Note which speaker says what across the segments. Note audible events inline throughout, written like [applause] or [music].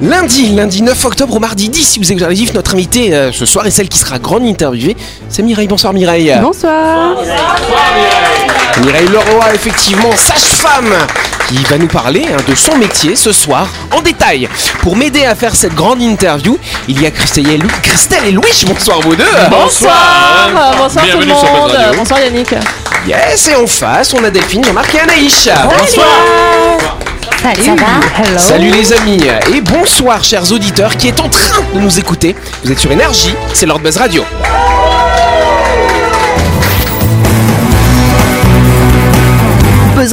Speaker 1: Lundi, lundi 9 octobre au mardi 10, si vous êtes arrivé, notre invitée euh, ce soir et celle qui sera grande interviewée, c'est Mireille. Bonsoir Mireille.
Speaker 2: Bonsoir.
Speaker 1: Mireille Leroy, effectivement, sage-femme, qui va nous parler hein, de son métier ce soir en détail. Pour m'aider à faire cette grande interview, il y a Christelle et, Lou- Christelle et Louis. Bonsoir vous deux.
Speaker 2: Bonsoir. euh, Bonsoir tout le
Speaker 3: Bienvenue sur Buzz
Speaker 2: monde.
Speaker 3: Radio.
Speaker 2: Bonsoir Yannick.
Speaker 1: Yes, et en face, on a Delphine, Jean-Marc et Anaïs. Bonsoir.
Speaker 4: Salut. Ça va
Speaker 1: Salut les amis et bonsoir chers auditeurs qui est en train de nous écouter. Vous êtes sur Énergie, c'est Lord Buzz Radio.
Speaker 4: Buzz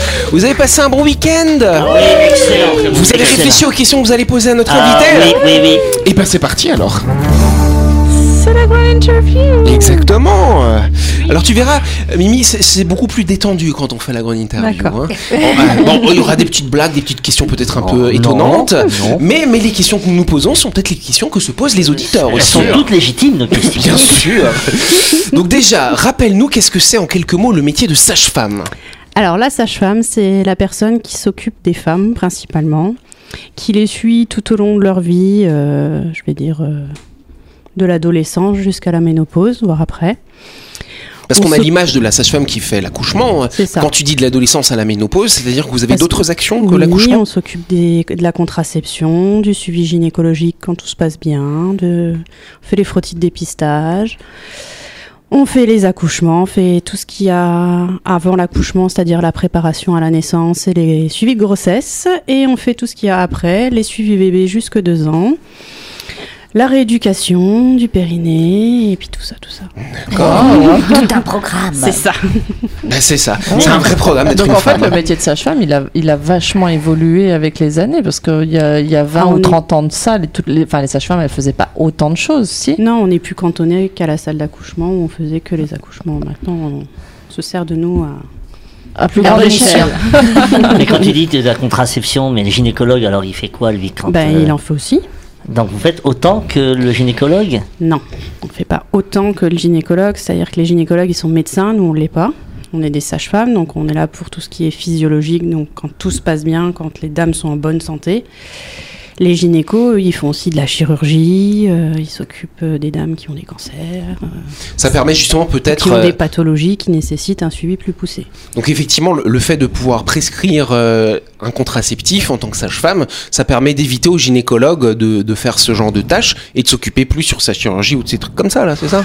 Speaker 1: Vous avez passé un bon week-end Vous avez réfléchi aux questions que vous allez poser à notre invité
Speaker 5: Ah, oui, oui, oui.
Speaker 1: Et ben c'est parti alors Exactement euh, Alors tu verras, euh, Mimi, c'est- c'est beaucoup plus détendu quand on fait la grande interview.
Speaker 2: D'accord.
Speaker 1: hein. Bon, euh, bon, il y aura des petites blagues, des petites questions peut-être un peu étonnantes, Mais, mais les questions que nous nous posons sont peut-être les questions que se posent les auditeurs
Speaker 5: Elles
Speaker 1: aussi. hein.
Speaker 5: sont toutes légitimes, nos questions.
Speaker 1: [laughs] Bien sûr Donc déjà, rappelle-nous qu'est-ce que c'est en quelques mots le métier de sage-femme
Speaker 2: Alors la sage-femme, c'est la personne qui s'occupe des femmes principalement, qui les suit tout au long de leur vie, euh, je vais dire euh, de l'adolescence jusqu'à la ménopause, voire après.
Speaker 1: Parce
Speaker 2: On
Speaker 1: qu'on a
Speaker 2: se-
Speaker 1: l'image de la sage-femme qui fait l'accouchement. hein.
Speaker 2: C'est ça.
Speaker 1: Quand tu dis de l'adolescence à la ménopause, c'est-à-dire que vous avez
Speaker 2: Parce-
Speaker 1: d'autres actions que
Speaker 2: Oui,
Speaker 1: l'accouchement
Speaker 2: on s'occupe des- de la contraception, du suivi gynécologique quand tout se passe bien, de, on fait les frottis de dépistage, on fait les accouchements, on fait tout ce qu'il y a avant l'accouchement, c'est-à-dire la préparation à la naissance et les suivis de grossesse, et on fait tout ce qu'il y a après, les suivis bébés jusque deux ans. La rééducation du périnée et puis tout ça, tout ça.
Speaker 4: Tout un programme.
Speaker 2: Ah, C'est ça.
Speaker 1: [laughs]
Speaker 2: Ah
Speaker 1: Ben, C'est ça, c'est un vrai programme d'être
Speaker 6: Donc
Speaker 1: une
Speaker 6: en fait,
Speaker 1: femme.
Speaker 6: le métier de sage-femme, il a, il a vachement évolué avec les années, parce qu'il y a, il y a 20
Speaker 2: Ah, on
Speaker 6: ou
Speaker 2: est-
Speaker 6: 30 ans de ça, les, toutes les, enfin, les sages-femmes, elles faisaient pas autant de choses, si
Speaker 2: Non, on n'est plus cantonné qu'à la salle d'accouchement où on faisait que les accouchements. Maintenant, on se sert de nous à
Speaker 6: À plus
Speaker 4: La
Speaker 6: grande
Speaker 4: bonne
Speaker 6: échelle.
Speaker 5: Mais quand tu dis de la contraception, mais le gynécologue, alors il fait quoi, lui quand,
Speaker 2: Ben,
Speaker 5: euh,
Speaker 2: il en fait aussi.
Speaker 5: Donc vous faites autant que le gynécologue
Speaker 2: Non, on ne fait pas autant que le gynécologue, c'est-à-dire que les gynécologues, ils sont médecins, nous, on ne l'est pas. On est des sages-femmes, donc on est là pour tout ce qui est physiologique, donc quand tout se passe bien, quand les dames sont en bonne santé. Les gynécos, eux, ils font aussi de la chirurgie, euh, ils s'occupent euh, des dames qui ont des cancers, euh,
Speaker 1: Ça permet justement peut-être.
Speaker 2: qui ont
Speaker 1: euh,
Speaker 2: des pathologies qui nécessitent un suivi plus poussé.
Speaker 1: donc effectivement, le, le fait de pouvoir prescrire euh, un contraceptif en tant que sage-femme, ça permet d'éviter aux gynécologues de, de faire ce genre de tâches et de s'occuper plus sur sa chirurgie ou de ces trucs comme ça là, c'est ça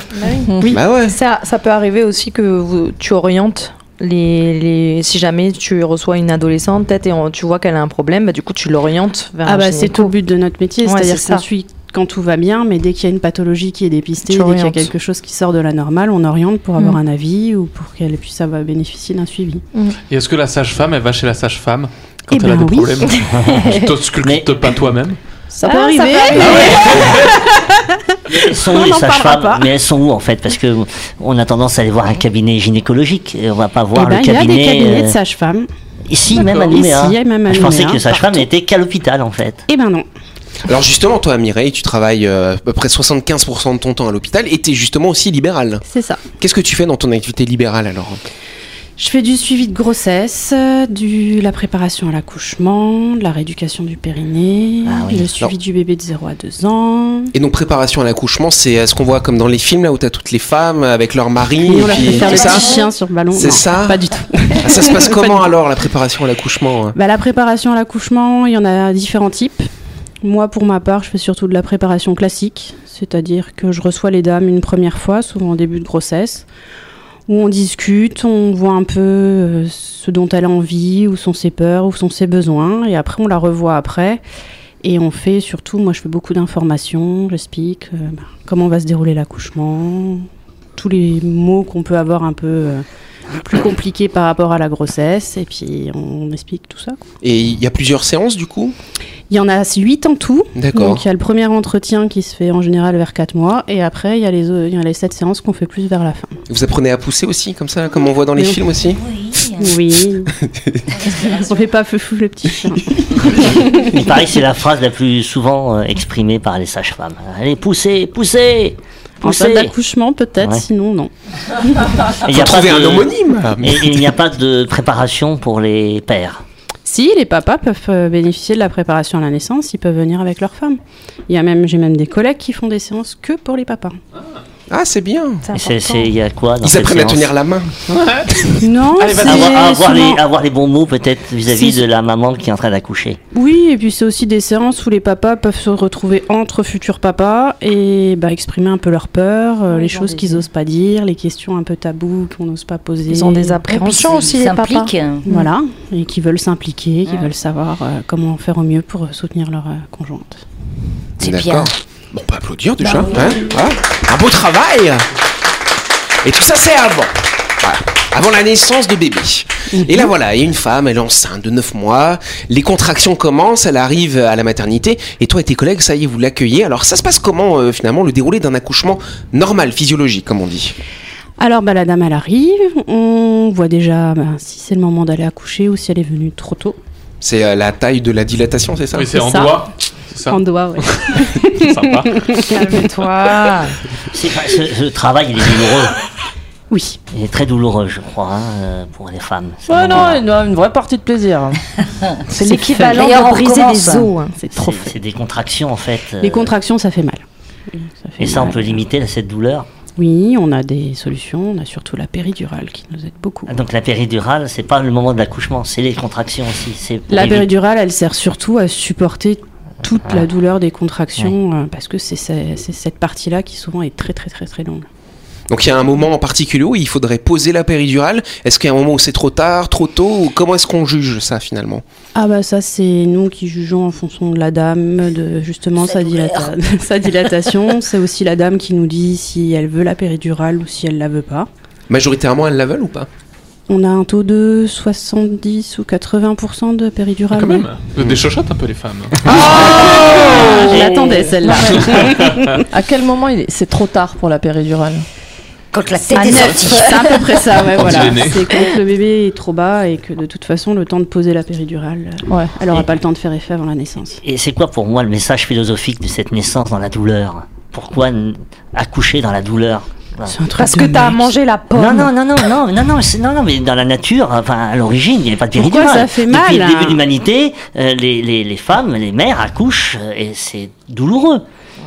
Speaker 2: Oui.
Speaker 1: Bah ouais.
Speaker 7: Ça, ça peut arriver aussi que vous- tu orientes les, les- si jamais tu reçois une adolescente peut-être et on- tu vois qu'elle a un problème, bah, du coup tu l'orientes vers
Speaker 2: Ah
Speaker 7: un
Speaker 2: bah
Speaker 7: gynéco.
Speaker 2: c'est tout le but de notre métier,
Speaker 7: Ouais,
Speaker 2: c'est-à-dire
Speaker 7: c'est
Speaker 2: qu'on
Speaker 7: ça.
Speaker 2: suit quand tout va bien, mais dès qu'il y a une pathologie qui est dépistée,
Speaker 6: Tu
Speaker 2: dès qu'il y a
Speaker 6: orientes.
Speaker 2: quelque chose qui sort de la normale, on oriente pour
Speaker 7: Mm.
Speaker 2: avoir un avis ou pour qu'elle puisse avoir bénéficier d'un suivi.
Speaker 3: Et est-ce que la sage-femme, elle va chez la sage-femme
Speaker 2: quand Eh elle a ben des oui. problèmes [laughs]
Speaker 3: Tu t'auscultes pas toi-même
Speaker 2: Ça
Speaker 7: Ah, peut arriver,
Speaker 5: Elles sont
Speaker 2: On
Speaker 5: où les
Speaker 2: n'en parlera
Speaker 5: sages-femmes
Speaker 2: pas.
Speaker 5: Mais elles sont où en fait Parce que on a tendance à aller voir un cabinet gynécologique et on va pas voir
Speaker 2: Eh
Speaker 5: le
Speaker 2: ben, il y a des
Speaker 5: cabinet.
Speaker 2: cabinets de
Speaker 5: euh,
Speaker 2: sages-femmes.
Speaker 5: Ici, même à
Speaker 2: Ici,
Speaker 5: Nouméa.
Speaker 2: et même à
Speaker 5: Je pensais
Speaker 2: Nouméa,
Speaker 5: que le sage-femme n'était qu'à l'hôpital en fait.
Speaker 2: Eh ben non.
Speaker 1: Alors justement, toi Mireille, tu travailles euh, à peu près 75% de ton temps à l'hôpital et t'es justement aussi libérale.
Speaker 2: C'est ça.
Speaker 1: Qu'est-ce que tu fais dans ton activité libérale alors
Speaker 2: Je fais du suivi de grossesse, de la préparation à l'accouchement, de la rééducation du périnée,
Speaker 5: Ah oui.
Speaker 2: le suivi du bébé de 0 à 2 ans.
Speaker 1: Et donc préparation à l'accouchement, c'est euh, ce qu'on voit comme dans les films là où t'as toutes les femmes avec leur mari.
Speaker 2: Et
Speaker 1: et
Speaker 2: on leur
Speaker 1: puis-
Speaker 2: fait faire
Speaker 1: c'est
Speaker 2: le
Speaker 1: ça
Speaker 2: petit chien sur ballon.
Speaker 1: C'est
Speaker 2: Non,
Speaker 1: ça
Speaker 2: Pas du tout.
Speaker 1: Ah, Ça se passe
Speaker 2: Pas
Speaker 1: comment
Speaker 2: du tout.
Speaker 1: alors la préparation à l'accouchement hein
Speaker 2: Bah, la préparation à l'accouchement, il y en a différents types. Moi, pour ma part, je fais surtout de la préparation classique, c'est-à-dire que je reçois les dames une première fois, souvent en début de grossesse, où on discute, on voit un peu euh, ce dont elle a envie, où sont ses peurs, où sont ses besoins, et après on la revoit après. Et on fait surtout, moi je fais beaucoup d'informations, j'explique euh, bah, comment va se dérouler l'accouchement, tous les mots qu'on peut avoir un peu euh, plus compliqué par rapport à la grossesse, et puis on explique tout ça. quoi.
Speaker 1: Et il y a plusieurs séances du coup
Speaker 2: Il y en a 8 en tout.
Speaker 1: D'accord.
Speaker 2: Donc il y a le premier entretien qui se fait en général vers 4 mois, et après il y a les, au- il y a les 7 séances qu'on fait plus vers la fin.
Speaker 1: Vous apprenez à pousser aussi, comme ça, comme on voit dans les
Speaker 2: Oui.
Speaker 1: films aussi
Speaker 5: [laughs]
Speaker 2: Oui. [laughs] on fait pas feu fou le petit chien. [laughs]
Speaker 5: Il paraît que c'est la phrase la plus souvent euh, exprimée par les sages-femmes. Allez, poussez, poussez,
Speaker 2: En salle
Speaker 5: poussez.
Speaker 2: d'accouchement peut-être,
Speaker 5: Ouais.
Speaker 2: sinon non.
Speaker 5: Il n'y a
Speaker 1: Trouver
Speaker 5: pas
Speaker 1: un
Speaker 5: de-
Speaker 1: homonyme
Speaker 5: Et il n'y a pas de préparation pour les pères.
Speaker 2: Ah, Si, les papas peuvent euh, bénéficier de la préparation à la naissance, ils peuvent venir avec leur femme. Il y a même, j'ai même des collègues qui font des séances que pour les papas.
Speaker 1: Ah, c'est bien
Speaker 5: Et c'est- c'est- Il y a quoi dans
Speaker 1: Ils
Speaker 5: cette
Speaker 1: apprennent à
Speaker 5: séance
Speaker 1: tenir la main.
Speaker 2: Non,
Speaker 3: Allez,
Speaker 2: c'est
Speaker 3: vas-y.
Speaker 5: avoir, avoir
Speaker 2: souvent-
Speaker 5: les, avoir les bons mots peut-être vis-à-vis
Speaker 2: Si-
Speaker 5: de la maman qui est en train d'accoucher.
Speaker 2: Oui, et puis c'est aussi des séances où les papas peuvent se retrouver entre futurs papas et bah, exprimer un peu leurs peurs, euh,
Speaker 7: Oui,
Speaker 2: les
Speaker 7: ils ont
Speaker 2: choses
Speaker 7: des-
Speaker 2: qu'ils n'osent pas dire, les questions un peu taboues qu'on n'ose pas poser.
Speaker 7: Ils ont des appréhensions aussi, les papas.
Speaker 8: S'implique.
Speaker 2: Voilà, et qui veulent s'impliquer, qui
Speaker 8: Ouais.
Speaker 2: veulent savoir euh, comment faire au mieux pour euh, soutenir leur euh, conjointe.
Speaker 8: C'est bien. Bah
Speaker 1: D'accord. Bon, on peut applaudir déjà. hein, voilà. Un beau travail Et tout ça, c'est avant. Voilà. Avant la naissance de bébé. Et
Speaker 8: Mhm.
Speaker 1: là, voilà, il y a une femme, elle est enceinte de 9 mois, les contractions commencent, elle arrive à la maternité, et toi et tes collègues, ça y est, vous l'accueillez. Alors, ça se passe comment, euh, finalement, le déroulé d'un accouchement normal, physiologique, comme on dit
Speaker 2: Alors bah, la dame, elle arrive, on voit déjà bah, si c'est le moment d'aller accoucher ou si elle est venue trop tôt.
Speaker 1: C'est euh, la taille de la dilatation, c'est ça
Speaker 3: Oui, c'est en
Speaker 2: ça.
Speaker 3: doigt. C'est ça,
Speaker 2: En doigt, ouais.
Speaker 3: c'est sympa.
Speaker 7: Calme-toi.
Speaker 5: C'est pas- ce, ce travail, il est douloureux.
Speaker 2: [laughs] oui.
Speaker 5: Il est très douloureux, je crois, hein, euh, pour les femmes. ce
Speaker 6: Ouais, non,
Speaker 5: moment-là.
Speaker 6: il y a une vraie partie de plaisir.
Speaker 7: Bah, C'est l'équivalent
Speaker 8: D'ailleurs, on
Speaker 7: de briser
Speaker 8: recommence.
Speaker 7: des os. hein.
Speaker 2: C'est trop
Speaker 5: C'est
Speaker 2: fait.
Speaker 5: c'est des contractions en fait. euh,
Speaker 2: Les contractions, ça fait mal. Ça fait
Speaker 5: Et ça, on
Speaker 2: mal.
Speaker 5: peut limiter cette douleur.
Speaker 2: Oui, on a des solutions. On a surtout la péridurale qui nous aide beaucoup.
Speaker 5: Ah, Donc la péridurale, c'est pas le moment de l'accouchement, c'est les contractions aussi. C'est pour
Speaker 2: La
Speaker 5: éviter-
Speaker 2: péridurale, elle sert surtout à supporter toute la douleur des contractions euh, parce que c'est c'est- c'est cette partie-là qui souvent est très très très très longue.
Speaker 1: Donc, il y a un moment en particulier où il faudrait poser la péridurale. Est-ce qu'il y a un moment où c'est trop tard, trop tôt ou Comment est-ce qu'on juge ça, finalement
Speaker 2: Ah bah ça c'est nous qui jugeons en fonction de la dame, de justement
Speaker 8: Sa
Speaker 2: sa,
Speaker 8: douleur.
Speaker 2: dilata- [laughs] sa dilatation. c'est aussi la dame qui nous dit si elle veut la péridurale ou si elle la veut pas.
Speaker 1: Majoritairement, elles la veulent ou pas
Speaker 2: On a un taux de 70 ou 80% de péridurale.
Speaker 3: Ah, Quand même. Vous êtes des chochottes un peu, les femmes.
Speaker 6: Bah,
Speaker 2: Ah, je l'attendais celle-là.
Speaker 6: à quel moment il est- c'est trop tard pour la péridurale
Speaker 8: Quand la tête
Speaker 2: À
Speaker 8: est
Speaker 2: neuf,
Speaker 8: sortie.
Speaker 2: C'est à peu près ça, ouais,
Speaker 3: Quand
Speaker 2: voilà.
Speaker 3: il est né.
Speaker 2: C'est quand le bébé est trop bas et que de toute façon, le temps de poser la péridurale, euh,
Speaker 6: Ouais.
Speaker 2: elle n'aura pas le temps de faire effet avant la naissance.
Speaker 5: Et c'est quoi pour moi le message philosophique de cette naissance dans la douleur Pourquoi n- accoucher dans la douleur
Speaker 2: C'est un truc
Speaker 7: Parce
Speaker 2: de
Speaker 7: que t'as à
Speaker 2: mec.
Speaker 7: manger la pomme.
Speaker 5: Non, non, non, non, non, non, non, c'est- non, non, mais dans la nature, enfin, à l'origine, il n'y avait pas de
Speaker 2: Pourquoi
Speaker 5: péridurale.
Speaker 2: ça fait mal,
Speaker 5: Depuis le
Speaker 2: hein
Speaker 5: début de l'humanité, euh, les, les, les femmes, les mères accouchent euh, et c'est douloureux,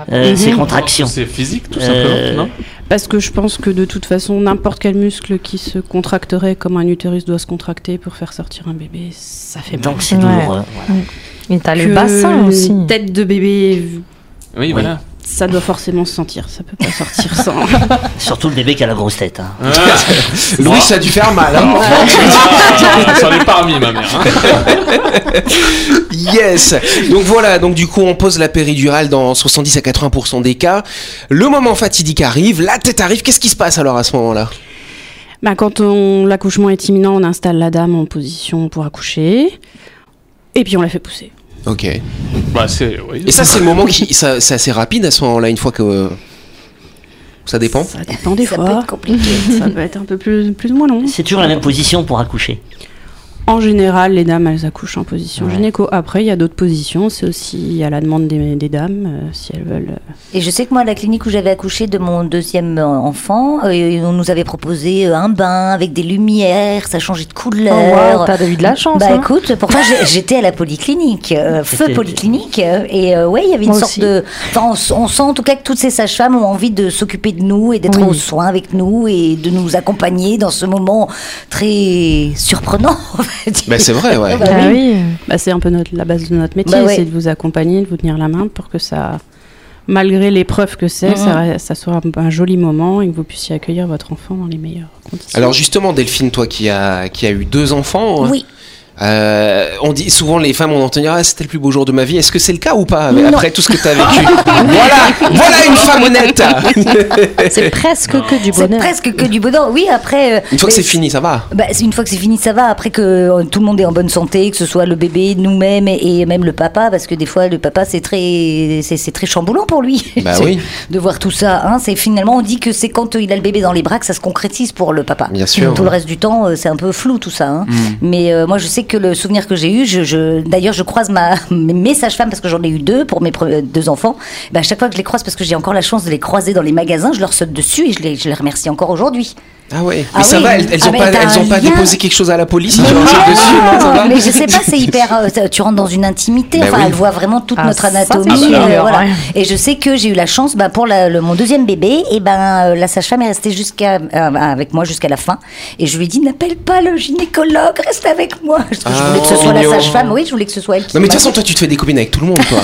Speaker 3: Mhm.
Speaker 5: euh,
Speaker 2: Mhm.
Speaker 5: ces contractions.
Speaker 3: C'est physique, tout
Speaker 5: Euh,
Speaker 3: simplement, non
Speaker 2: Parce que je pense que de toute façon, n'importe quel muscle qui se contracterait comme un utérus doit se contracter pour faire sortir un bébé, ça fait mal.
Speaker 5: Donc c'est
Speaker 7: Ouais.
Speaker 5: douloureux. voilà.
Speaker 7: Mais t'as
Speaker 2: Que
Speaker 7: le bassin aussi.
Speaker 2: une Tête de bébé,
Speaker 3: Oui, voilà.
Speaker 2: ça doit forcément se sentir. Ça peut pas sortir [laughs] sans.
Speaker 5: Surtout le bébé qui a la grosse tête. hein.
Speaker 1: Louis, ça a dû faire mal. hein.
Speaker 3: Ah, J'en ai parmi, ma mère. hein.
Speaker 1: Yes. Donc voilà, donc du coup on pose la péridurale dans 70 à 80% des cas. Le moment fatidique arrive, la tête arrive. Qu'est-ce qui se passe alors à ce moment-là
Speaker 2: Bah, quand on- l'accouchement est imminent, on installe la dame en position pour accoucher. Et puis on la fait pousser.
Speaker 1: Ok. Et
Speaker 3: Bah, c'est. oui.
Speaker 1: ça c'est le moment qui, ça, c'est assez rapide à ce moment-là une fois que euh, ça [laughs] dépend.
Speaker 2: Ça dépend des
Speaker 8: Ça peut
Speaker 2: fois.
Speaker 8: être compliqué.
Speaker 2: [laughs] ça peut être un peu plus, plus ou moins long.
Speaker 5: C'est toujours la même position pour accoucher.
Speaker 2: En général, les dames, elles accouchent en position
Speaker 5: Ouais.
Speaker 2: gynéco. Après, il y a d'autres positions. C'est aussi à la demande des, des dames, euh, si elles veulent.
Speaker 8: Et je sais que moi, à la clinique où j'avais accouché de mon deuxième euh, enfant, euh, on nous avait proposé euh, un bain avec des lumières, ça changeait de
Speaker 7: Oh,
Speaker 8: couleur.
Speaker 7: wow, T'as eu de la chance.
Speaker 8: bah
Speaker 7: hein.
Speaker 8: écoute, pourtant j'ai- j'étais à la polyclinique, euh, feu
Speaker 5: C'était-
Speaker 8: polyclinique, euh, et euh, ouais, il y avait une
Speaker 7: Moi
Speaker 8: sorte
Speaker 7: aussi.
Speaker 8: de. Enfin, on, s- on sent en tout cas que toutes ces sages-femmes ont envie de s'occuper de nous et d'être
Speaker 7: Oui.
Speaker 8: aux soins avec nous et de nous accompagner dans ce moment très surprenant. on va dire.
Speaker 1: Bah c'est vrai, ouais.
Speaker 8: Bah
Speaker 7: Ah
Speaker 8: oui.
Speaker 7: oui.
Speaker 2: Bah, c'est un peu notre, la base de notre métier,
Speaker 8: Bah ouais.
Speaker 2: c'est de vous accompagner, de vous tenir la main pour que ça, malgré l'épreuve que c'est, ça, reste- ça soit un, un joli moment et que vous puissiez accueillir votre enfant dans les meilleures conditions.
Speaker 1: Alors justement Delphine, toi qui a qui a eu deux enfants. hein,
Speaker 8: Oui.
Speaker 1: Euh, on dit souvent les femmes on entend dire ah, c'était le plus beau jour de ma vie. Est-ce que c'est le cas ou pas mais après tout ce que tu as
Speaker 8: [laughs]
Speaker 1: vécu Voilà, voilà une femme honnête.
Speaker 9: [laughs] C'est presque que du
Speaker 8: C'est
Speaker 9: bonheur.
Speaker 8: presque que du bonheur. Oui, après. euh,
Speaker 1: Une fois que
Speaker 8: mais-
Speaker 1: c'est fini, ça va.
Speaker 8: Bah, c'est une fois que c'est fini, ça va. Après que euh, tout le monde est en bonne santé, que ce soit le bébé, nous-mêmes et et même le papa, parce que des fois le papa c'est très, c'est, c'est très chamboulant pour lui. [laughs]
Speaker 1: Bah
Speaker 8: C'est-
Speaker 1: oui.
Speaker 8: De voir tout ça. Hein, c'est finalement on dit que c'est quand euh, il a le bébé dans les bras que ça se concrétise pour le papa.
Speaker 1: Bien sûr.
Speaker 8: Tout le reste du temps euh, c'est un peu flou tout ça. hein. Mais euh, moi je sais que le souvenir que j'ai eu, je, je- d'ailleurs je croise ma [laughs] mes sages-femmes parce que j'en ai eu deux pour mes pre- euh, deux enfants. Bah, à chaque fois que je les croise, parce que j'ai encore la chance de les croiser dans les magasins, je leur saute dessus et je les, je les remercie encore aujourd'hui.
Speaker 1: Ah ouais.
Speaker 8: Ah
Speaker 1: mais ça
Speaker 8: oui.
Speaker 1: va, elles, elles
Speaker 8: Ah
Speaker 1: ont
Speaker 8: mais
Speaker 1: pas,
Speaker 8: t'as
Speaker 1: elles ont
Speaker 8: un
Speaker 1: pas
Speaker 8: lien.
Speaker 1: déposé quelque chose à la police. tu
Speaker 8: Mais
Speaker 1: vois, c'est
Speaker 8: non,
Speaker 1: dessus, non, ça va
Speaker 8: mais je sais pas, c'est hyper. euh, ça- tu rentres dans une intimité.
Speaker 1: Bah
Speaker 8: enfin,
Speaker 1: oui.
Speaker 8: elle voit vraiment toute
Speaker 7: Ah,
Speaker 8: notre
Speaker 7: ça, c'est
Speaker 8: anatomie.
Speaker 7: sûr.
Speaker 8: euh,
Speaker 7: Ah, bah,
Speaker 8: voilà.
Speaker 7: ouais.
Speaker 8: Et je sais que j'ai eu la chance, bah, pour la- le- mon deuxième bébé, et ben euh, la sage-femme est restée jusqu'à euh, avec moi jusqu'à la fin. Et je lui ai dit n'appelle pas le gynécologue, reste avec moi. Parce que je
Speaker 1: Ah,
Speaker 8: voulais que ce
Speaker 1: oh,
Speaker 8: soit
Speaker 1: mignon.
Speaker 8: la sage-femme. Oui, je voulais que ce soit elle. qui
Speaker 1: Non mais de toute
Speaker 8: m'a-
Speaker 1: façon toi tu te fais des copines avec tout le monde
Speaker 8: [laughs]
Speaker 1: toi.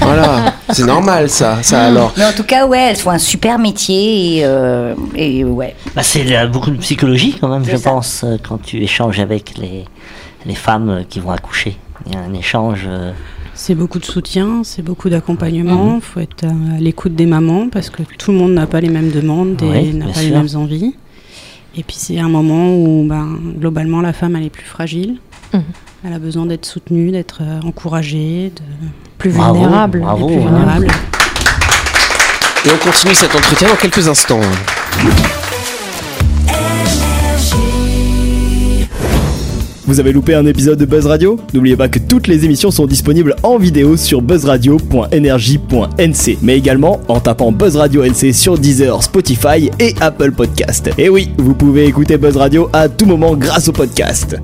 Speaker 1: voilà, c'est normal ça, ça alors.
Speaker 8: Mais en tout cas, ouais, elles font un super métier et, euh, et ouais.
Speaker 5: Bah, c'est il y a beaucoup de psychologie quand même,
Speaker 8: C'est
Speaker 5: je
Speaker 8: ça.
Speaker 5: pense, euh, quand tu échanges avec les, les femmes euh, qui vont accoucher. Il y a un échange. euh,
Speaker 2: C'est beaucoup de soutien, c'est beaucoup d'accompagnement. Il faut être à l'écoute des mamans parce que tout le monde n'a pas les mêmes demandes et
Speaker 5: Oui,
Speaker 2: n'a
Speaker 5: bien
Speaker 2: pas les
Speaker 5: sûr.
Speaker 2: mêmes envies. Et puis c'est un moment où ben, globalement la femme elle est plus fragile.
Speaker 7: Mhm.
Speaker 2: Elle a besoin d'être soutenue, d'être euh, encouragée, de... hein.
Speaker 7: Plus
Speaker 5: Bravo,
Speaker 7: vulnérable.
Speaker 5: bravo.
Speaker 2: plus
Speaker 5: ouais.
Speaker 2: vulnérable.
Speaker 1: Et on continue cet entretien dans quelques instants.
Speaker 10: Vous avez loupé un épisode de Buzz Radio N'oubliez pas que toutes les émissions sont disponibles en vidéo sur buzzradio.energie.nc, mais également en tapant Buzz Radio NC sur Deezer, Spotify et Apple Podcast. Et oui, vous pouvez écouter Buzz Radio à tout moment grâce au podcast.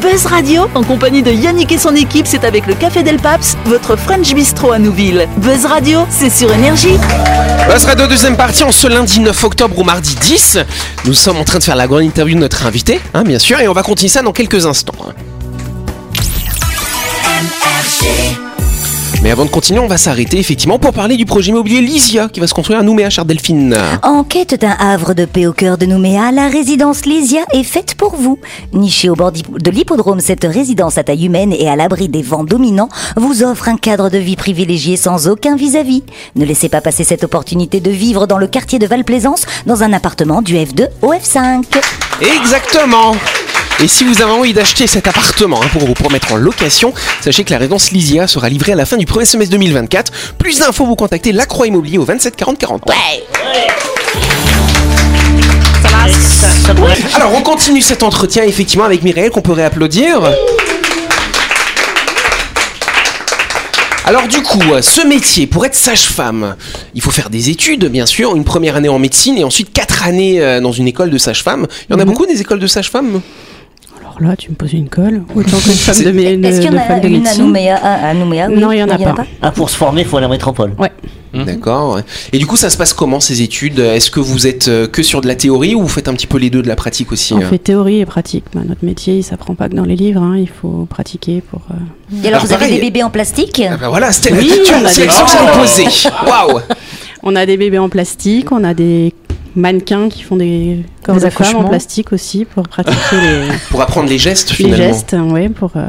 Speaker 4: Buzz Radio, en compagnie de Yannick et son équipe, c'est avec le Café Del Paps, votre French Bistro à Nouville. Buzz Radio, c'est sur Énergie.
Speaker 1: Voilà, Bah, ce sera de deuxième partie en ce lundi 9 octobre au mardi 10. Nous sommes en train de faire la grande interview de notre invité, hein, bien sûr, et on va continuer ça dans quelques instants. hein. Mais avant de continuer, on va s'arrêter effectivement pour parler du projet immobilier Lysia qui va se construire à Nouméa, chère Delphine.
Speaker 8: En quête d'un havre de paix au cœur de Nouméa, la résidence Lésia est faite pour vous. Nichée au bord d'hi- de l'hippodrome, cette résidence à taille humaine et à l'abri des vents dominants vous offre un cadre de vie privilégié sans aucun vis-à-vis. Ne laissez pas passer cette opportunité de vivre dans le quartier de Valplaisance dans un appartement du F2 au F5.
Speaker 1: Exactement et si vous avez envie d'acheter cet appartement hein, pour vous promettre en location, sachez que la résidence Lysia sera livrée à la fin du premier semestre 2024. Plus d'infos, vous contactez Lacroix Immobilier au 27 40 40.
Speaker 5: ça pourrait-
Speaker 1: Alors on continue cet entretien effectivement avec Mireille qu'on pourrait applaudir. Alors du coup, euh, ce métier, pour être sage-femme, il faut faire des études, bien sûr, une première année en médecine et ensuite quatre années euh, dans une école de sage-femme. Il y en a beaucoup des écoles de sage-femme
Speaker 2: Alors là, tu me poses une colle. Autant qu'une femme de, mé- de,
Speaker 8: Est-ce qu'il y
Speaker 2: de
Speaker 8: en
Speaker 2: femme
Speaker 8: a
Speaker 2: de
Speaker 8: une à
Speaker 2: médecine.
Speaker 8: Nouméa, à- à Nouméa oui.
Speaker 2: Non, il y en a pas.
Speaker 5: Ah, pour se former, il faut aller en métropole.
Speaker 1: D'accord. ouais. Et du coup, ça se passe comment ces études Est-ce que vous êtes euh, que sur de la théorie ou vous faites un petit peu les deux de la pratique aussi
Speaker 2: On
Speaker 1: hein
Speaker 2: fait théorie et pratique. Bah, notre métier, il s'apprend pas que dans les livres. hein, Il faut pratiquer pour. euh,
Speaker 8: Et alors,
Speaker 1: Alors,
Speaker 8: vous avez
Speaker 1: pareil.
Speaker 8: des bébés en plastique
Speaker 1: Ah bah voilà, c'était la
Speaker 2: Oui,
Speaker 1: question,
Speaker 2: on a
Speaker 1: c'est
Speaker 2: des-
Speaker 1: l'action que j'allais poser. Waouh
Speaker 2: On a des bébés en plastique, on a des mannequins qui font des corps
Speaker 7: Des
Speaker 2: de femmes en
Speaker 7: accouchements.
Speaker 2: plastique aussi pour pratiquer les,
Speaker 1: Pour apprendre les gestes
Speaker 2: les
Speaker 1: finalement.
Speaker 2: gestes, hein, ouais, pour euh,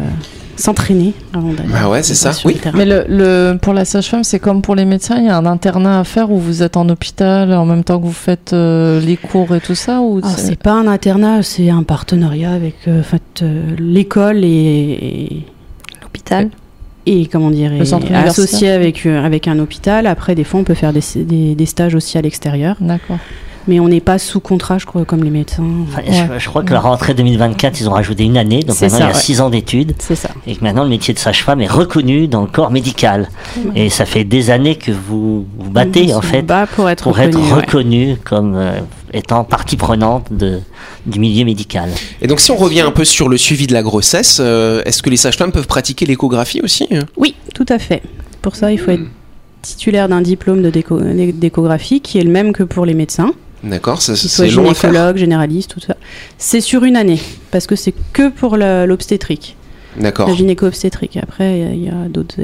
Speaker 2: s'entraîner avant d'aller.
Speaker 1: Bah ouais, c'est ça.
Speaker 2: sur le
Speaker 1: Oui.
Speaker 2: terrain.
Speaker 6: Mais le, le- pour la sage-femme, c'est comme pour les médecins, il y a un internat à faire où vous êtes en hôpital en même temps que vous faites euh, les cours et tout ça ou
Speaker 8: Ah,
Speaker 2: Alors,
Speaker 6: c'est-
Speaker 2: Ah, c'est pas un internat, c'est un partenariat avec euh, en fait, euh, l'école et,
Speaker 7: L'hôpital.
Speaker 2: et comment dire,
Speaker 6: Le centre
Speaker 2: et associé
Speaker 6: universitaire.
Speaker 2: avec, euh, avec un hôpital. Après, des fois, on peut faire des, des- des stages aussi à l'extérieur,
Speaker 6: D'accord.
Speaker 2: mais on n'est pas sous contrat, je crois, comme les médecins.
Speaker 5: Enfin, je, je crois que la rentrée 2024, ils ont rajouté une année, donc
Speaker 2: C'est
Speaker 5: maintenant
Speaker 2: ça,
Speaker 5: il y a
Speaker 2: ouais.
Speaker 5: 6 ans d'études,
Speaker 2: C'est ça.
Speaker 5: et que maintenant le métier de sage-femme est reconnu dans le corps médical. Et ça fait des années que vous vous battez,
Speaker 2: On
Speaker 5: en
Speaker 2: se
Speaker 5: fait,
Speaker 2: bat pour être
Speaker 5: pour
Speaker 2: reconnu.
Speaker 5: être
Speaker 2: ouais.
Speaker 5: reconnu comme euh, étant partie prenante de, du milieu médical.
Speaker 1: Et donc, si on revient un peu sur le suivi de la grossesse, euh, est-ce que les sages-femmes peuvent pratiquer l'échographie aussi
Speaker 2: Oui, tout à fait. Pour ça, il faut
Speaker 1: Hmm.
Speaker 2: être titulaire d'un diplôme de déco- d'échographie qui est le même que pour les médecins,
Speaker 1: D'accord, ça-
Speaker 2: qu'ils soient
Speaker 1: c'est long à faire.
Speaker 2: gynécologues, généralistes, tout ça. C'est sur une année, parce que c'est que pour la- l'obstétrique,
Speaker 1: D'accord.
Speaker 2: la gynéco-obstétrique. Après, il y a- il y a, d'autres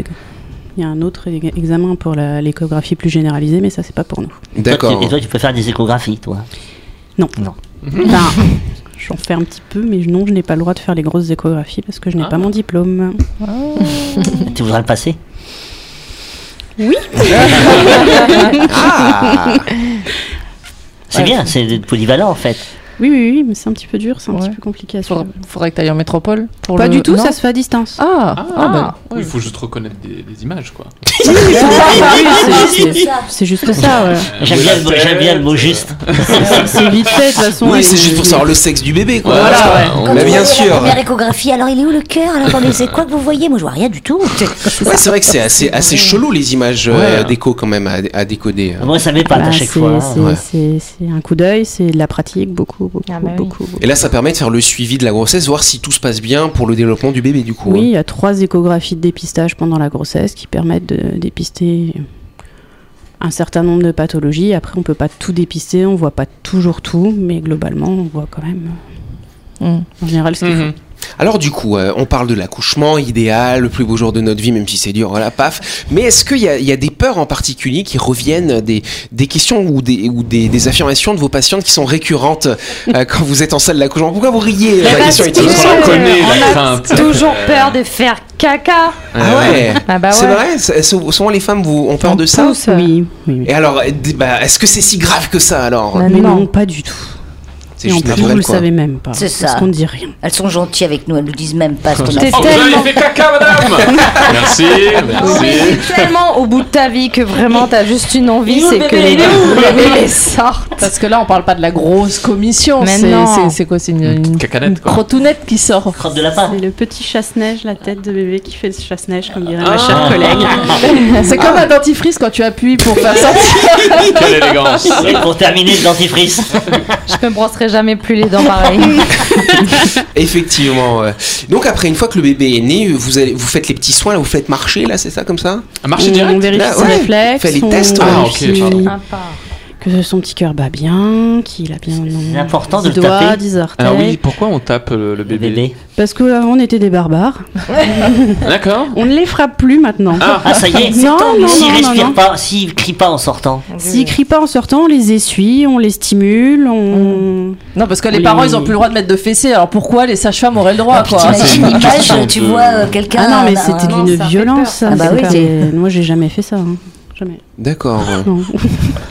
Speaker 2: Il y a un autre e- examen pour la- l'échographie plus généralisée, mais ça, c'est pas pour nous.
Speaker 5: Toi, tu- Et toi, tu peux faire des échographies, toi
Speaker 2: Non.
Speaker 5: Non.
Speaker 1: Hmm.
Speaker 2: Enfin, j'en fais un petit peu, mais non, je n'ai pas le droit de faire les grosses échographies parce que je n'ai
Speaker 1: Ah.
Speaker 2: pas mon diplôme.
Speaker 5: Tu voudras le passer
Speaker 2: Oui
Speaker 5: [laughs] Ah. C'est
Speaker 2: Ouais.
Speaker 5: bien, c'est polyvalent en fait.
Speaker 2: Oui, oui, oui, mais c'est un petit peu dur, c'est un petit peu compliqué à suivre.
Speaker 6: Faudrait que t'ailles en métropole pour
Speaker 2: Pas
Speaker 6: le-
Speaker 2: du tout,
Speaker 6: Non
Speaker 2: ça se fait à distance.
Speaker 6: Ah, ah,
Speaker 8: [laughs]
Speaker 6: bah. [laughs]
Speaker 3: Il faut juste reconnaître des, des images, quoi.
Speaker 2: c'est- c'est- c'est juste ça, ouais.
Speaker 3: Euh,
Speaker 5: J'aime bien, le mot- j'aime bien le mot juste.
Speaker 2: C'est vite fait, de toute façon.
Speaker 1: Oui,
Speaker 2: et-
Speaker 1: c'est juste pour savoir le sexe du bébé, quoi.
Speaker 2: Voilà,
Speaker 1: Parce
Speaker 2: ouais.
Speaker 1: qu'on-
Speaker 8: Quand
Speaker 1: Mais
Speaker 8: vous
Speaker 1: bien
Speaker 8: voyez La
Speaker 1: sûr.
Speaker 8: première échographie, alors il est où le cœur Alors attendez, c'est quoi que vous voyez Moi je vois rien du tout.
Speaker 1: Ouais, c'est vrai que c'est assez, assez chelou les images euh, d'écho quand même à, à décoder.
Speaker 5: Moi, ça
Speaker 2: Voilà, c'est- Bah,
Speaker 1: hein.
Speaker 5: hein.
Speaker 2: c'est- C'est c'est un coup d'œil, c'est de la pratique, beaucoup, beaucoup, beaucoup.
Speaker 1: Et là, ça permet de faire le suivi de la grossesse, voir si tout se passe bien pour le développement du bébé, du coup. hein.
Speaker 2: Oui, il y a trois échographies de dépistage pendant la grossesse qui permettent de dépister un certain nombre de pathologies. Après, on peut pas tout dépister, on voit pas toujours tout, mais globalement, on voit quand même euh, en général ce qu'il faut.
Speaker 1: Alors du coup, euh, on parle de l'accouchement idéal, le plus beau jour de notre vie, même si c'est dur, voilà, paf. Mais est-ce qu'il y, a- il y a des peurs en particulier qui reviennent, des, des questions ou, des, ou des, des affirmations de vos patientes qui sont récurrentes euh, [laughs] quand vous êtes en salle d'accouchement Pourquoi vous riez
Speaker 9: Mais
Speaker 1: La
Speaker 9: parce
Speaker 1: question est
Speaker 9: que
Speaker 1: toute-
Speaker 9: on
Speaker 3: connaît, la
Speaker 9: a [laughs]
Speaker 3: crainte.
Speaker 9: toujours
Speaker 3: Euh.
Speaker 9: peur de faire caca.
Speaker 1: Ah ouais,
Speaker 9: Ah bah
Speaker 1: C'est
Speaker 9: ouais.
Speaker 1: vrai C'est- sou- Souvent les femmes vous, ont peur de ça
Speaker 2: Oui.
Speaker 1: Et alors, euh, d- bah, est-ce que c'est si grave que ça alors
Speaker 2: Mais non. pas du tout.
Speaker 1: C'est
Speaker 2: Et
Speaker 1: juste
Speaker 2: en plus,
Speaker 1: naturel,
Speaker 2: vous le
Speaker 1: quoi.
Speaker 2: savez même pas.
Speaker 8: C'est
Speaker 2: Parce
Speaker 8: ça.
Speaker 2: qu'on ne dit rien.
Speaker 8: Elles sont gentilles avec nous, elles nous disent même pas ce qu'on a
Speaker 9: T'es
Speaker 8: fait.
Speaker 9: Oh, vous avez tellement- fait
Speaker 3: caca,
Speaker 2: [laughs]
Speaker 3: madame Merci,
Speaker 9: On
Speaker 3: merci.
Speaker 9: est tellement au bout de ta vie que vraiment t'as juste une envie,
Speaker 6: Il est où
Speaker 9: c'est
Speaker 6: le
Speaker 9: que
Speaker 6: bébé
Speaker 9: les
Speaker 6: Il est où le
Speaker 9: bébés
Speaker 6: bébé
Speaker 9: les sortent.
Speaker 6: Parce que là, on parle pas de la grosse commission.
Speaker 9: Mais
Speaker 6: c'est-
Speaker 9: non.
Speaker 6: c'est- C'est quoi C'est une, une
Speaker 3: Cacanette, quoi.
Speaker 6: crotounette qui sort.
Speaker 5: Crotte de lapin.
Speaker 2: C'est le petit chasse-neige, la tête de bébé qui fait le chasse-neige, comme dirait
Speaker 6: Ah.
Speaker 2: ma chère collègue.
Speaker 6: [laughs] C'est comme un dentifrice quand tu appuies pour faire sortir.
Speaker 3: Quelle élégance
Speaker 5: [laughs] Et pour terminer, le dentifrice.
Speaker 9: Je me brosserai jamais plus les dents pareil.
Speaker 7: [laughs]
Speaker 1: Effectivement. ouais. Donc après, une fois que le bébé est né, vous, allez, vous faites les petits soins, là, vous faites marcher, là, c'est ça comme ça
Speaker 2: on vérifie
Speaker 1: Là,
Speaker 2: ses
Speaker 1: ouais.
Speaker 2: réflexes.
Speaker 1: Fait les
Speaker 2: on
Speaker 1: tests, ouais.
Speaker 5: Ah,
Speaker 2: vérifie Ah,
Speaker 9: Ah,
Speaker 2: Que son petit cœur bat bien, qu'il a bien
Speaker 5: C'est important de
Speaker 2: dix
Speaker 5: le
Speaker 2: doigts,
Speaker 5: taper. Ah
Speaker 2: dix orteils.
Speaker 3: Alors oui, pourquoi on tape euh, le bébé,
Speaker 2: Parce qu'avant on était des barbares.
Speaker 3: D'accord.
Speaker 2: On ne les frappe plus maintenant.
Speaker 5: Ah, ça y est.
Speaker 2: Non, non, non,
Speaker 5: S'il
Speaker 2: non,
Speaker 5: respire
Speaker 2: non.
Speaker 5: pas, s'il crie pas en sortant.
Speaker 2: S'ils crient pas en sortant, on les essuie, on les stimule, on.
Speaker 6: [laughs] Non, parce que les
Speaker 2: Oui.
Speaker 6: parents, ils ont plus le droit de mettre de fessées. Alors pourquoi les sages-femmes auraient le droit quoi [laughs]
Speaker 8: T'imagines l'image, tu vois euh, quelqu'un.
Speaker 2: Ah non, mais
Speaker 8: là,
Speaker 2: c'était
Speaker 8: non,
Speaker 2: d'une
Speaker 8: ça fait
Speaker 2: violence. hein, ça,
Speaker 8: peur. Ah bah oui,
Speaker 2: c'était-
Speaker 8: c'est-
Speaker 2: moi j'ai jamais fait ça. hein. Jamais.
Speaker 1: D'accord.
Speaker 2: Ah, Non.
Speaker 1: [laughs]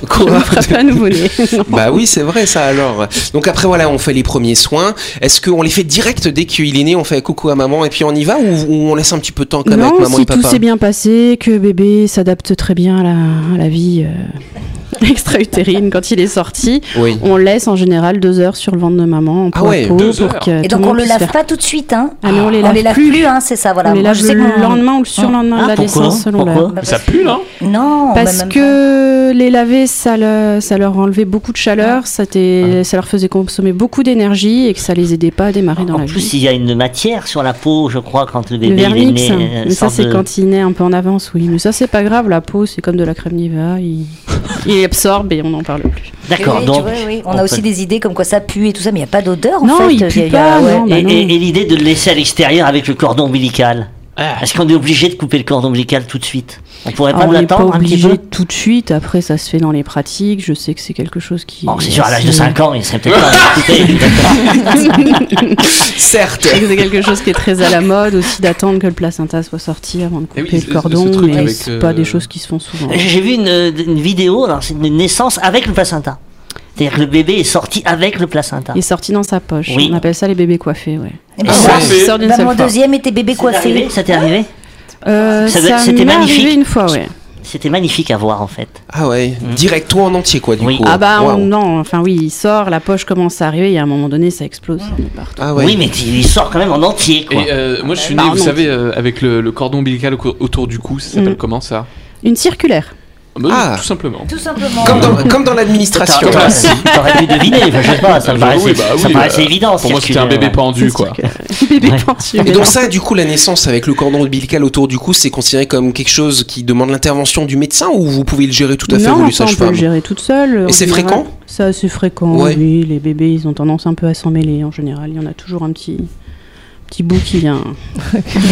Speaker 1: Quoi
Speaker 2: Je [laughs] ne frappe pas un
Speaker 5: [laughs]
Speaker 2: nouveau-né. Non.
Speaker 1: Bah oui, c'est vrai ça alors. Donc après voilà, on fait les premiers soins. Est-ce qu'on les fait direct dès qu'il est né On fait coucou à maman et puis on y va ou, ou on laisse un petit peu de temps quand même avec
Speaker 2: Non,
Speaker 1: maman et
Speaker 2: si tout
Speaker 1: papa
Speaker 2: s'est bien passé, que bébé s'adapte très bien à la, à la vie euh, [laughs] extra-utérine quand il est sorti,
Speaker 1: Oui.
Speaker 2: on laisse en général deux heures sur le ventre de maman en
Speaker 1: Ah
Speaker 2: point
Speaker 1: ouais,
Speaker 2: peau
Speaker 1: deux
Speaker 2: pour
Speaker 1: heures.
Speaker 2: que
Speaker 8: Et
Speaker 2: tout
Speaker 8: donc on
Speaker 2: monde
Speaker 8: le
Speaker 2: puisse
Speaker 8: lave
Speaker 2: faire-
Speaker 8: pas tout de suite, hein
Speaker 2: Ah non, on les
Speaker 8: On
Speaker 2: lave
Speaker 8: les lave
Speaker 2: plus.
Speaker 8: plus, hein, c'est ça, voilà.
Speaker 2: on les
Speaker 8: Moi,
Speaker 2: lave
Speaker 8: je sais Ah.
Speaker 2: le
Speaker 8: qu'on-
Speaker 2: lendemain ou le surlendemain de la naissance selon la-
Speaker 5: Ah, Pourquoi
Speaker 3: Ça pue, non
Speaker 8: Non,
Speaker 2: Parce
Speaker 8: Oh, bah, même
Speaker 2: que les laver, ça, le- ça leur enlevait beaucoup de
Speaker 8: Ah.
Speaker 2: chaleur, ça,
Speaker 1: Ah.
Speaker 2: t'est- ça leur faisait consommer beaucoup d'énergie et que ça les aidait pas à démarrer dans
Speaker 5: En
Speaker 2: la
Speaker 5: plus,
Speaker 2: vie.
Speaker 5: il y a une matière sur la peau, je crois, quand le
Speaker 2: Le
Speaker 5: bébé il est
Speaker 2: vernix, hein.
Speaker 5: né. euh,
Speaker 2: mais ça
Speaker 5: sorte
Speaker 2: c'est
Speaker 5: de-
Speaker 2: quand il naît un peu en avance, oui. Mais ça c'est pas grave, la peau c'est comme de la crème Nivea,
Speaker 5: [laughs]
Speaker 2: il, il absorbe et on n'en parle plus.
Speaker 8: pas.
Speaker 5: D'accord,
Speaker 8: Oui, oui,
Speaker 5: donc.
Speaker 8: tu vois, oui. On
Speaker 5: on
Speaker 8: a
Speaker 5: peut-
Speaker 8: aussi des idées comme quoi ça pue et tout ça, mais il n'y a pas d'odeur en
Speaker 2: Non,
Speaker 8: fait.
Speaker 2: il
Speaker 8: y a-
Speaker 2: pue
Speaker 8: y a-
Speaker 2: pas,
Speaker 8: ouais.
Speaker 2: non.
Speaker 5: Et,
Speaker 2: bah
Speaker 5: et- et l'idée de le laisser à l'extérieur avec le cordon ombilical Est-ce qu'on est obligé de couper le cordon ombilical tout de suite On pourrait pas
Speaker 2: Ah,
Speaker 5: en
Speaker 2: on n'est pas
Speaker 5: attendre un petit
Speaker 2: obligé
Speaker 5: peu
Speaker 2: tout de suite, après ça se fait dans les pratiques, je sais que c'est quelque chose qui...
Speaker 5: Bon, Oh, c'est sûr, à l'âge de
Speaker 2: c'est-
Speaker 5: 5 ans, il serait peut-être temps
Speaker 2: [laughs]
Speaker 5: de couper.
Speaker 1: Certes.
Speaker 2: Je sais que [laughs] c'est quelque chose qui est très à la mode aussi d'attendre que le placenta soit sorti avant de
Speaker 3: Eh
Speaker 2: couper
Speaker 3: oui, ce- ce
Speaker 2: le cordon,
Speaker 3: truc
Speaker 2: mais
Speaker 3: avec,
Speaker 2: c'est pas
Speaker 3: euh,
Speaker 2: des choses qui se font souvent.
Speaker 5: J'ai vu une, une vidéo, alors c'est une naissance avec le placenta. C'est-à-dire que le bébé est sorti avec le placenta.
Speaker 2: Il est sorti dans sa poche.
Speaker 5: Oui.
Speaker 2: On appelle ça les bébés coiffés, ouais.
Speaker 8: Et bah,
Speaker 5: Ah,
Speaker 8: moi,
Speaker 5: ouais.
Speaker 2: sort d'une
Speaker 8: bah,
Speaker 2: seule
Speaker 8: mon
Speaker 2: fois.
Speaker 8: deuxième était bébé
Speaker 5: Ça t'est
Speaker 8: coiffé.
Speaker 5: arrivé Ça t'est arrivé
Speaker 2: Euh,
Speaker 5: Ça doit-
Speaker 2: ça
Speaker 5: c'était
Speaker 2: m'est arrivé
Speaker 5: magnifique.
Speaker 2: une fois, ouais.
Speaker 5: C'était magnifique à voir en fait.
Speaker 1: Ah ouais, direct toi en entier quoi du
Speaker 5: Mmh. Oui.
Speaker 1: coup.
Speaker 2: Ah bah on-
Speaker 1: Waouh.
Speaker 2: non, enfin oui, il sort, la poche commence à arriver, et à un moment donné, ça explose. ça en est partout.
Speaker 1: Ah ouais.
Speaker 5: Oui, mais il sort quand même en entier quoi.
Speaker 3: Et euh, moi, je suis
Speaker 2: Bah,
Speaker 3: né, vous
Speaker 2: non.
Speaker 3: savez, euh, avec le, le cordon ombilical au- autour du cou, ça s'appelle
Speaker 2: Mm.
Speaker 3: comment ça
Speaker 2: Une circulaire. [laughs]
Speaker 3: Ah, bah,
Speaker 1: Ah.
Speaker 3: Tout simplement.
Speaker 8: Tout simplement.
Speaker 1: Comme
Speaker 5: [laughs]
Speaker 1: dans, comme dans
Speaker 5: T'aurais-
Speaker 1: l'administration.
Speaker 5: T'aurais t'aurais dû deviner, enfin, je sais pas, ça me
Speaker 3: Bah,
Speaker 5: paraissait,
Speaker 3: oui, bah,
Speaker 5: ça
Speaker 3: oui,
Speaker 5: me paraissait
Speaker 3: bah,
Speaker 5: évident. hein.
Speaker 3: Pour moi, c'était
Speaker 5: circulaire.
Speaker 3: un bébé pendu,
Speaker 2: C'est
Speaker 3: quoi.
Speaker 2: circulaire. Bébé
Speaker 5: Ouais.
Speaker 2: pendu,
Speaker 1: Et
Speaker 2: mais
Speaker 1: donc
Speaker 2: non.
Speaker 1: ça, du coup, la naissance avec le cordon ombilical autour du cou, c'est considéré comme quelque chose qui demande l'intervention du médecin ou vous pouvez le gérer tout à fait,
Speaker 2: non,
Speaker 1: vous, les
Speaker 2: enfin, on peut le
Speaker 1: sages-femmes
Speaker 2: gérer toute seule. en
Speaker 1: Et c'est
Speaker 2: général.
Speaker 1: fréquent
Speaker 2: C'est assez fréquent,
Speaker 1: Ouais.
Speaker 2: oui. Les bébés, ils ont tendance un peu à s'en mêler en général. Il y en a toujours un petit, petit bout qui
Speaker 5: [laughs]
Speaker 2: vient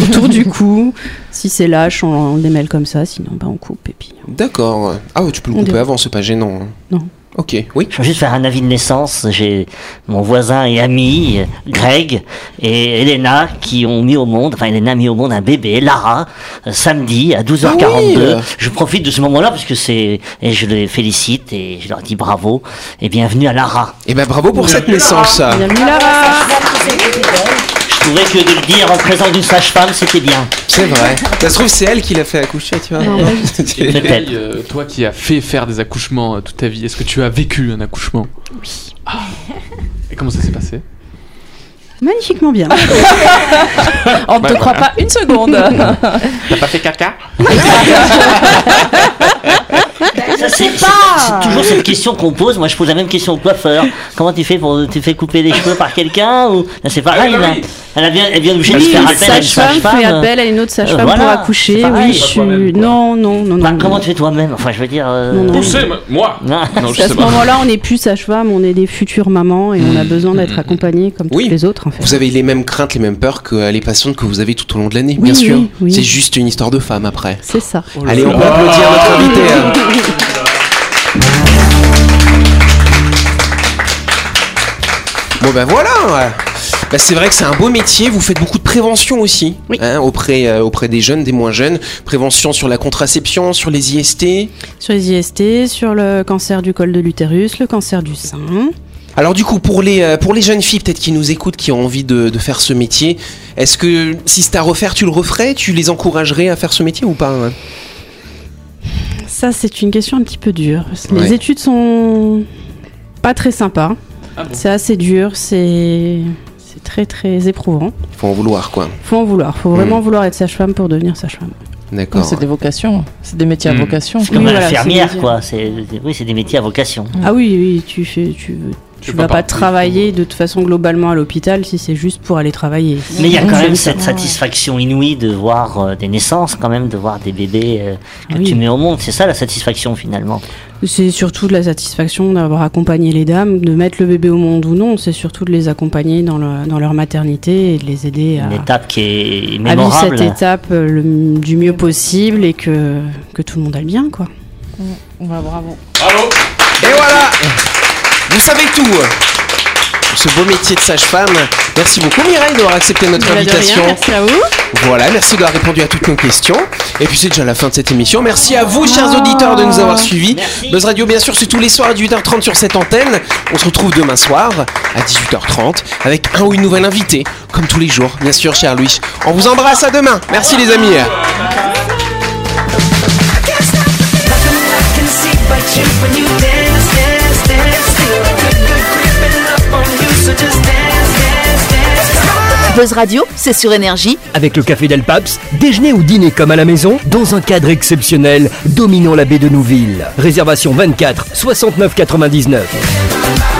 Speaker 2: autour du cou. Si c'est lâche, on, on le démêle comme ça, sinon bah, on coupe. Et puis...
Speaker 1: D'accord. Ah ouais, tu peux le
Speaker 2: On
Speaker 1: couper
Speaker 2: dirait.
Speaker 1: avant, c'est pas gênant. hein.
Speaker 2: Non.
Speaker 1: Ok, oui.
Speaker 5: Je veux juste faire un avis de naissance. J'ai mon voisin et ami, euh, Greg et Elena, qui ont mis au monde, enfin Elena a mis au monde un bébé, Lara, euh, samedi à 12h42.
Speaker 1: Ah oui
Speaker 5: je profite de ce moment-là parce que c'est, et je les félicite et je leur dis bravo et bienvenue à Lara.
Speaker 1: Et ben bravo pour cette naissance.
Speaker 5: Je trouvais que de le dire en présence d'une sage-femme, c'était bien.
Speaker 1: C'est vrai. Ça se trouve, c'est elle qui l'a fait accoucher, tu vois. [laughs]
Speaker 5: Non, pas du tout.
Speaker 1: C'est-
Speaker 5: Peut-être.
Speaker 3: Et, euh, toi qui as fait faire des accouchements euh, toute ta vie, est-ce que tu as vécu un accouchement Oui. Et comment ça s'est passé
Speaker 2: Magnifiquement bien.
Speaker 5: Ah,
Speaker 6: On ne te
Speaker 3: Bah,
Speaker 2: ah.
Speaker 6: croit
Speaker 3: voilà.
Speaker 6: pas une
Speaker 2: [laughs]
Speaker 6: seconde.
Speaker 3: T'as pas fait caca
Speaker 5: Ça, c'est, c'est- c'est toujours cette question qu'on pose. Moi, je pose la même question au coiffeur. Comment tu fais pour tu fais couper les cheveux par quelqu'un ou là, c'est pareil.
Speaker 3: Ah oui,
Speaker 5: là.
Speaker 3: oui.
Speaker 5: Elle, a bien, elle vient obligée de
Speaker 2: Oui,
Speaker 5: faire
Speaker 2: une
Speaker 5: appel à une
Speaker 2: sage-femme
Speaker 5: sage-femme.
Speaker 2: fait appel à une autre sage-femme
Speaker 5: Euh, voilà,
Speaker 2: pour accoucher.
Speaker 5: c'est pareil.
Speaker 2: Oui, je suis. Non, non, non, non.
Speaker 5: Bah,
Speaker 2: non.
Speaker 5: comment tu fais toi-même Enfin, je veux dire. euh,
Speaker 2: Non, non.
Speaker 3: Poussez, moi
Speaker 5: Non,
Speaker 3: Non, je
Speaker 2: à
Speaker 3: sais
Speaker 2: ce
Speaker 3: pas.
Speaker 2: moment-là, on n'est plus sage-femme, on est des futures mamans et on a besoin d'être accompagnées comme toutes les autres. En fait.
Speaker 1: Vous avez les mêmes craintes, les mêmes peurs que euh, les patientes que vous avez tout au long de l'année,
Speaker 2: Oui,
Speaker 1: bien sûr.
Speaker 2: oui, oui.
Speaker 1: C'est juste une histoire de femme après.
Speaker 2: C'est ça.
Speaker 1: Allez, on peut applaudir notre invité. hein. Bon ben voilà Bah, c'est vrai que c'est un beau métier, vous faites beaucoup de prévention aussi hein, auprès, euh, auprès des jeunes, des moins jeunes. Prévention sur la contraception, sur les IST.
Speaker 2: Sur les IST, sur le cancer du col de l'utérus, le cancer du sein.
Speaker 1: Alors du coup, pour les, euh, pour les jeunes filles peut-être qui nous écoutent, qui ont envie de, de faire ce métier, est-ce que si c'était à refaire, tu le referais Tu les encouragerais à faire ce métier ou pas hein
Speaker 2: Ça, c'est une question un petit peu dure. Les
Speaker 1: Ouais.
Speaker 2: études sont pas très sympas. c'est assez dur, c'est c'est très très éprouvant.
Speaker 1: Faut en vouloir quoi.
Speaker 2: Faut en vouloir, faut vraiment vouloir être sage-femme pour devenir sage-femme.
Speaker 1: D'accord.
Speaker 6: C'est des vocations, c'est des métiers à
Speaker 2: Hmm.
Speaker 5: Mm.
Speaker 6: vocation.
Speaker 5: [laughs] C'est comme
Speaker 2: Oui, voilà,
Speaker 5: l'infirmière,
Speaker 2: c'est
Speaker 5: quoi. C'est, oui, c'est des métiers à vocation.
Speaker 2: Ah oui, oui, tu fais, tu, tu
Speaker 5: fais
Speaker 2: vas pas
Speaker 5: pas partie,
Speaker 2: travailler de toute façon globalement à l'hôpital si c'est juste pour aller travailler.
Speaker 5: Mais il y a
Speaker 2: Sinon,
Speaker 5: quand
Speaker 2: je
Speaker 5: même
Speaker 2: vais
Speaker 5: cette
Speaker 2: pas.
Speaker 5: satisfaction inouïe de voir euh, des naissances, quand même, de voir des bébés euh,
Speaker 2: Ah
Speaker 5: que tu mets au monde. C'est ça la satisfaction finalement.
Speaker 2: C'est surtout de la satisfaction d'avoir accompagné les dames, de mettre le bébé au monde ou non. C'est surtout de les accompagner dans, le- dans leur maternité et de les aider à,
Speaker 5: Une étape qui est
Speaker 2: à vivre Ah. cette
Speaker 5: mémorable.
Speaker 2: étape euh, le- du mieux possible et que, que tout le monde aille bien, quoi.
Speaker 6: bravo.
Speaker 1: Et voilà Vous savez tout euh. ce beau métier de sage-femme. Merci beaucoup Mireille d'avoir accepté notre
Speaker 2: Bah, de rien,
Speaker 1: invitation.
Speaker 2: merci à vous.
Speaker 1: Voilà, merci d'avoir répondu à toutes nos questions. Et puis c'est déjà la fin de cette émission. Merci à vous,
Speaker 2: Ah.
Speaker 1: chers auditeurs, de nous avoir suivis. Buzz Radio, bien sûr, c'est tous les soirs à 18h30 sur cette antenne. On se retrouve demain soir à 18h30 avec un ou une nouvelle invitée, comme tous les jours, bien sûr, cher Louis. On vous embrasse à demain. Merci les amis.
Speaker 4: Buzz Radio, c'est sur énergie.
Speaker 11: Avec le café Del Paps, déjeuner ou dîner comme à la maison, dans un cadre exceptionnel dominant la baie de Nouville. Réservation 24 69 99.